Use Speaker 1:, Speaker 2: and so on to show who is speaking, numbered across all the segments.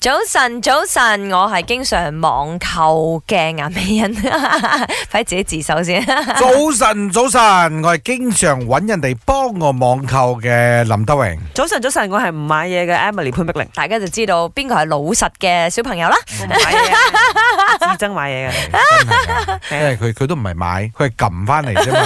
Speaker 1: 早晨，早晨，我係經常網購嘅顏美欣， 快自己自首先。
Speaker 2: 早晨，早晨，我係經常揾人哋幫我網購嘅林德 榮。
Speaker 3: 早晨，早晨，我係唔買嘢嘅 Emily 潘碧玲，
Speaker 1: 大家就知道邊個係老實嘅小朋友啦。
Speaker 3: 我唔買嘢，啊至憎買嘢嘅。
Speaker 2: 真係㗎因為佢佢都唔係買，佢係撳翻嚟啫嘛，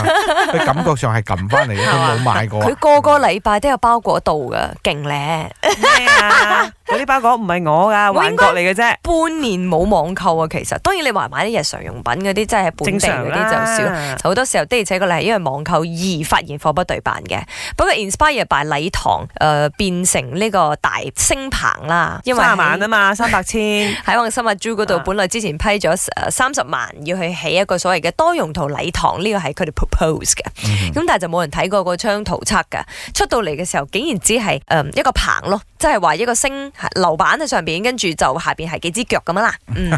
Speaker 2: 佢感覺上係撳翻嚟嘅，佢冇買過
Speaker 3: 啊
Speaker 1: 佢。個個禮拜都有包裹到噶，勁咧！
Speaker 3: 咩啊？嗰啲包裹唔係我噶，
Speaker 1: 我應
Speaker 3: 幻
Speaker 1: 該
Speaker 3: 覺嚟嘅啫。
Speaker 1: 半年冇網購啊，其實當然你話買啲日常用品嗰啲，真係本地
Speaker 3: 正常
Speaker 1: 嗰啲
Speaker 3: 啦，
Speaker 1: 就少。好多時候的而且確你係因為網購而發現貨不對版嘅。不過 Inspire by 禮堂誒、呃、變成呢個大升棚啦，因為
Speaker 3: 三萬啊
Speaker 1: 喺
Speaker 3: 嘛，三百千。
Speaker 1: 喺旺新物珠嗰度
Speaker 3: 啊，
Speaker 1: 本來之前批咗呃三十萬要去起一個所謂嘅多用途禮堂，呢個係佢哋 propose 嘅。
Speaker 2: 嗯
Speaker 1: 咁但係就冇人睇過個張圖冊㗎，出到嚟嘅時候竟然只係呃誒一個棚咯，即係話一個升樓板喺上邊，跟住就下邊係幾支腳咁樣啦。嗯，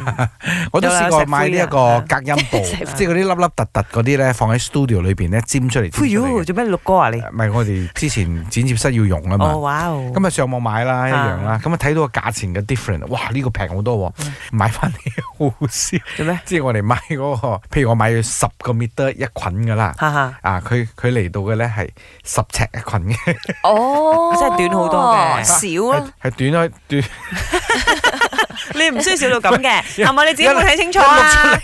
Speaker 2: 我都試
Speaker 3: 啊
Speaker 2: 過買呢一 個隔音布
Speaker 1: 石灰啊，
Speaker 2: 即係嗰啲粒粒突突嗰啲咧，放喺 studio 裏邊咧尖出嚟。
Speaker 3: 哎
Speaker 2: 尖出嚟
Speaker 3: 呦，
Speaker 2: 嘅
Speaker 3: 做咩錄歌啊你？
Speaker 2: 唔係我哋之前剪接室要用啊嘛
Speaker 3: 哦，。哇哦。
Speaker 2: 咁啊上網買啦，一
Speaker 3: 啊嗯
Speaker 2: 樣啦。咁啊睇到個價錢嘅 different，哇呢個平好多喎，買翻嚟好先。
Speaker 3: 做咩？
Speaker 2: 即係我哋買嗰、個，譬如我買咗十個 meter 一捆噶啦，
Speaker 3: 哈哈。
Speaker 2: 啊佢佢嚟到嘅咧係十尺一捆嘅，
Speaker 1: 哦，
Speaker 3: 真係短好多嘅
Speaker 1: 少啦
Speaker 2: 係。係短開短
Speaker 3: 你唔需要笑到咁嘅，係咪你自己冇睇清楚
Speaker 2: 一錄出
Speaker 3: 啊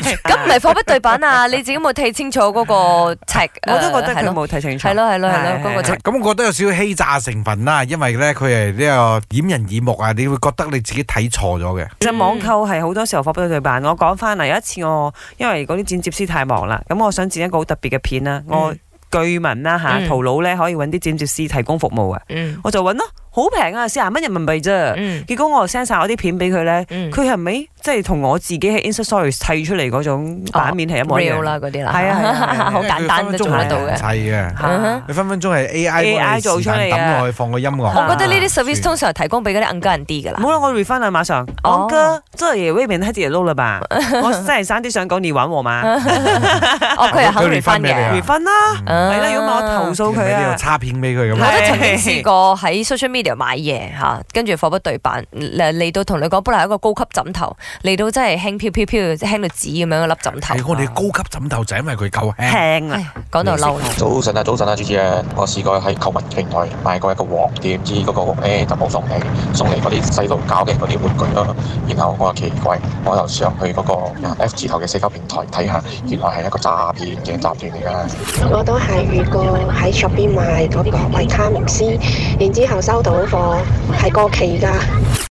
Speaker 2: 嚟？
Speaker 1: 咁唔係貨不對版啊！你自己冇睇清楚嗰個尺， 呃
Speaker 3: 我都覺得
Speaker 1: 係
Speaker 3: 佢
Speaker 1: 咯
Speaker 3: 冇睇清楚。
Speaker 1: 係咯係咯係
Speaker 3: 係
Speaker 1: 咯嗰個
Speaker 3: 係
Speaker 1: 尺。
Speaker 2: 咁我覺得有少少欺詐成分啦，因為咧佢係呢個掩人耳目啊，你會覺得你自己睇錯咗嘅。
Speaker 3: 其實網購係好多時候貨不對版。我講翻嚟，有一次我因為嗰啲剪接師太忙啦，咁我想剪一個好特別嘅片啦，我
Speaker 1: 嗯
Speaker 3: 據聞啦
Speaker 1: 嗯
Speaker 3: 嚇，淘佬咧可以揾啲剪接師提供服務啊，
Speaker 1: 嗯
Speaker 3: 我就揾咯，好平啊，四廿蚊人民幣啫。
Speaker 1: 嗯
Speaker 3: 結果我 send 晒我啲片俾佢咧，
Speaker 1: 嗯
Speaker 3: 佢係咪即係同我自己喺 Insta Stories 砌出嚟嗰種版面係一模一
Speaker 1: 哦，real
Speaker 3: 樣？
Speaker 1: 啦嗰啲啦，
Speaker 3: 係啊係啊係啊
Speaker 1: 好簡單都做得到嘅。
Speaker 2: 砌嘅，
Speaker 1: 嗯哼
Speaker 2: 你分分鐘係 AI 幫你
Speaker 3: AI 做出嚟嘅
Speaker 2: 是但抌落去放個音樂。
Speaker 1: 啊我覺得呢啲
Speaker 2: 啊
Speaker 1: service 通常係提供俾嗰啲硬家人啲㗎
Speaker 3: 唔好
Speaker 1: 啦。
Speaker 3: 啦，我 refund 啦，馬上。
Speaker 1: 哦
Speaker 3: 王哥，這也未免太自己撈 啦吧？我真係生啲想講你玩我嘛
Speaker 1: 嗯 哦，佢係肯
Speaker 2: 佢 refund 俾你啊
Speaker 1: 嘅。
Speaker 3: ，refund 啦，
Speaker 1: 嗯
Speaker 3: 係啦，如果唔係我投訴佢
Speaker 2: 你
Speaker 3: 啊
Speaker 2: 又。差片俾佢咁
Speaker 1: 我
Speaker 2: 啊。
Speaker 1: 都曾經試過喺 social media 買嘢嚇，跟住貨不對版，嚟嚟到同你講，本來係一個高級枕頭，嚟到真係輕飄飄飄，輕到紙咁樣一粒枕頭
Speaker 2: 係。我哋啊高級枕頭就係因為佢夠輕。
Speaker 3: 平啊！
Speaker 1: 唉講到嬲啦。
Speaker 4: 早晨啊，早晨啊，主持人，我試過喺購物平台買過一個黃點，知嗰個黃咧就冇送嚟，送嚟嗰啲細路搞嘅嗰啲玩具咯。然後我又奇怪，我又上去嗰個啊 F 字頭嘅社交平台睇下，原來係一個詐騙嘅集團嚟㗎。
Speaker 5: 我都係遇過喺 Shopee 買嗰個維他命 C，然之後收到貨係過期㗎。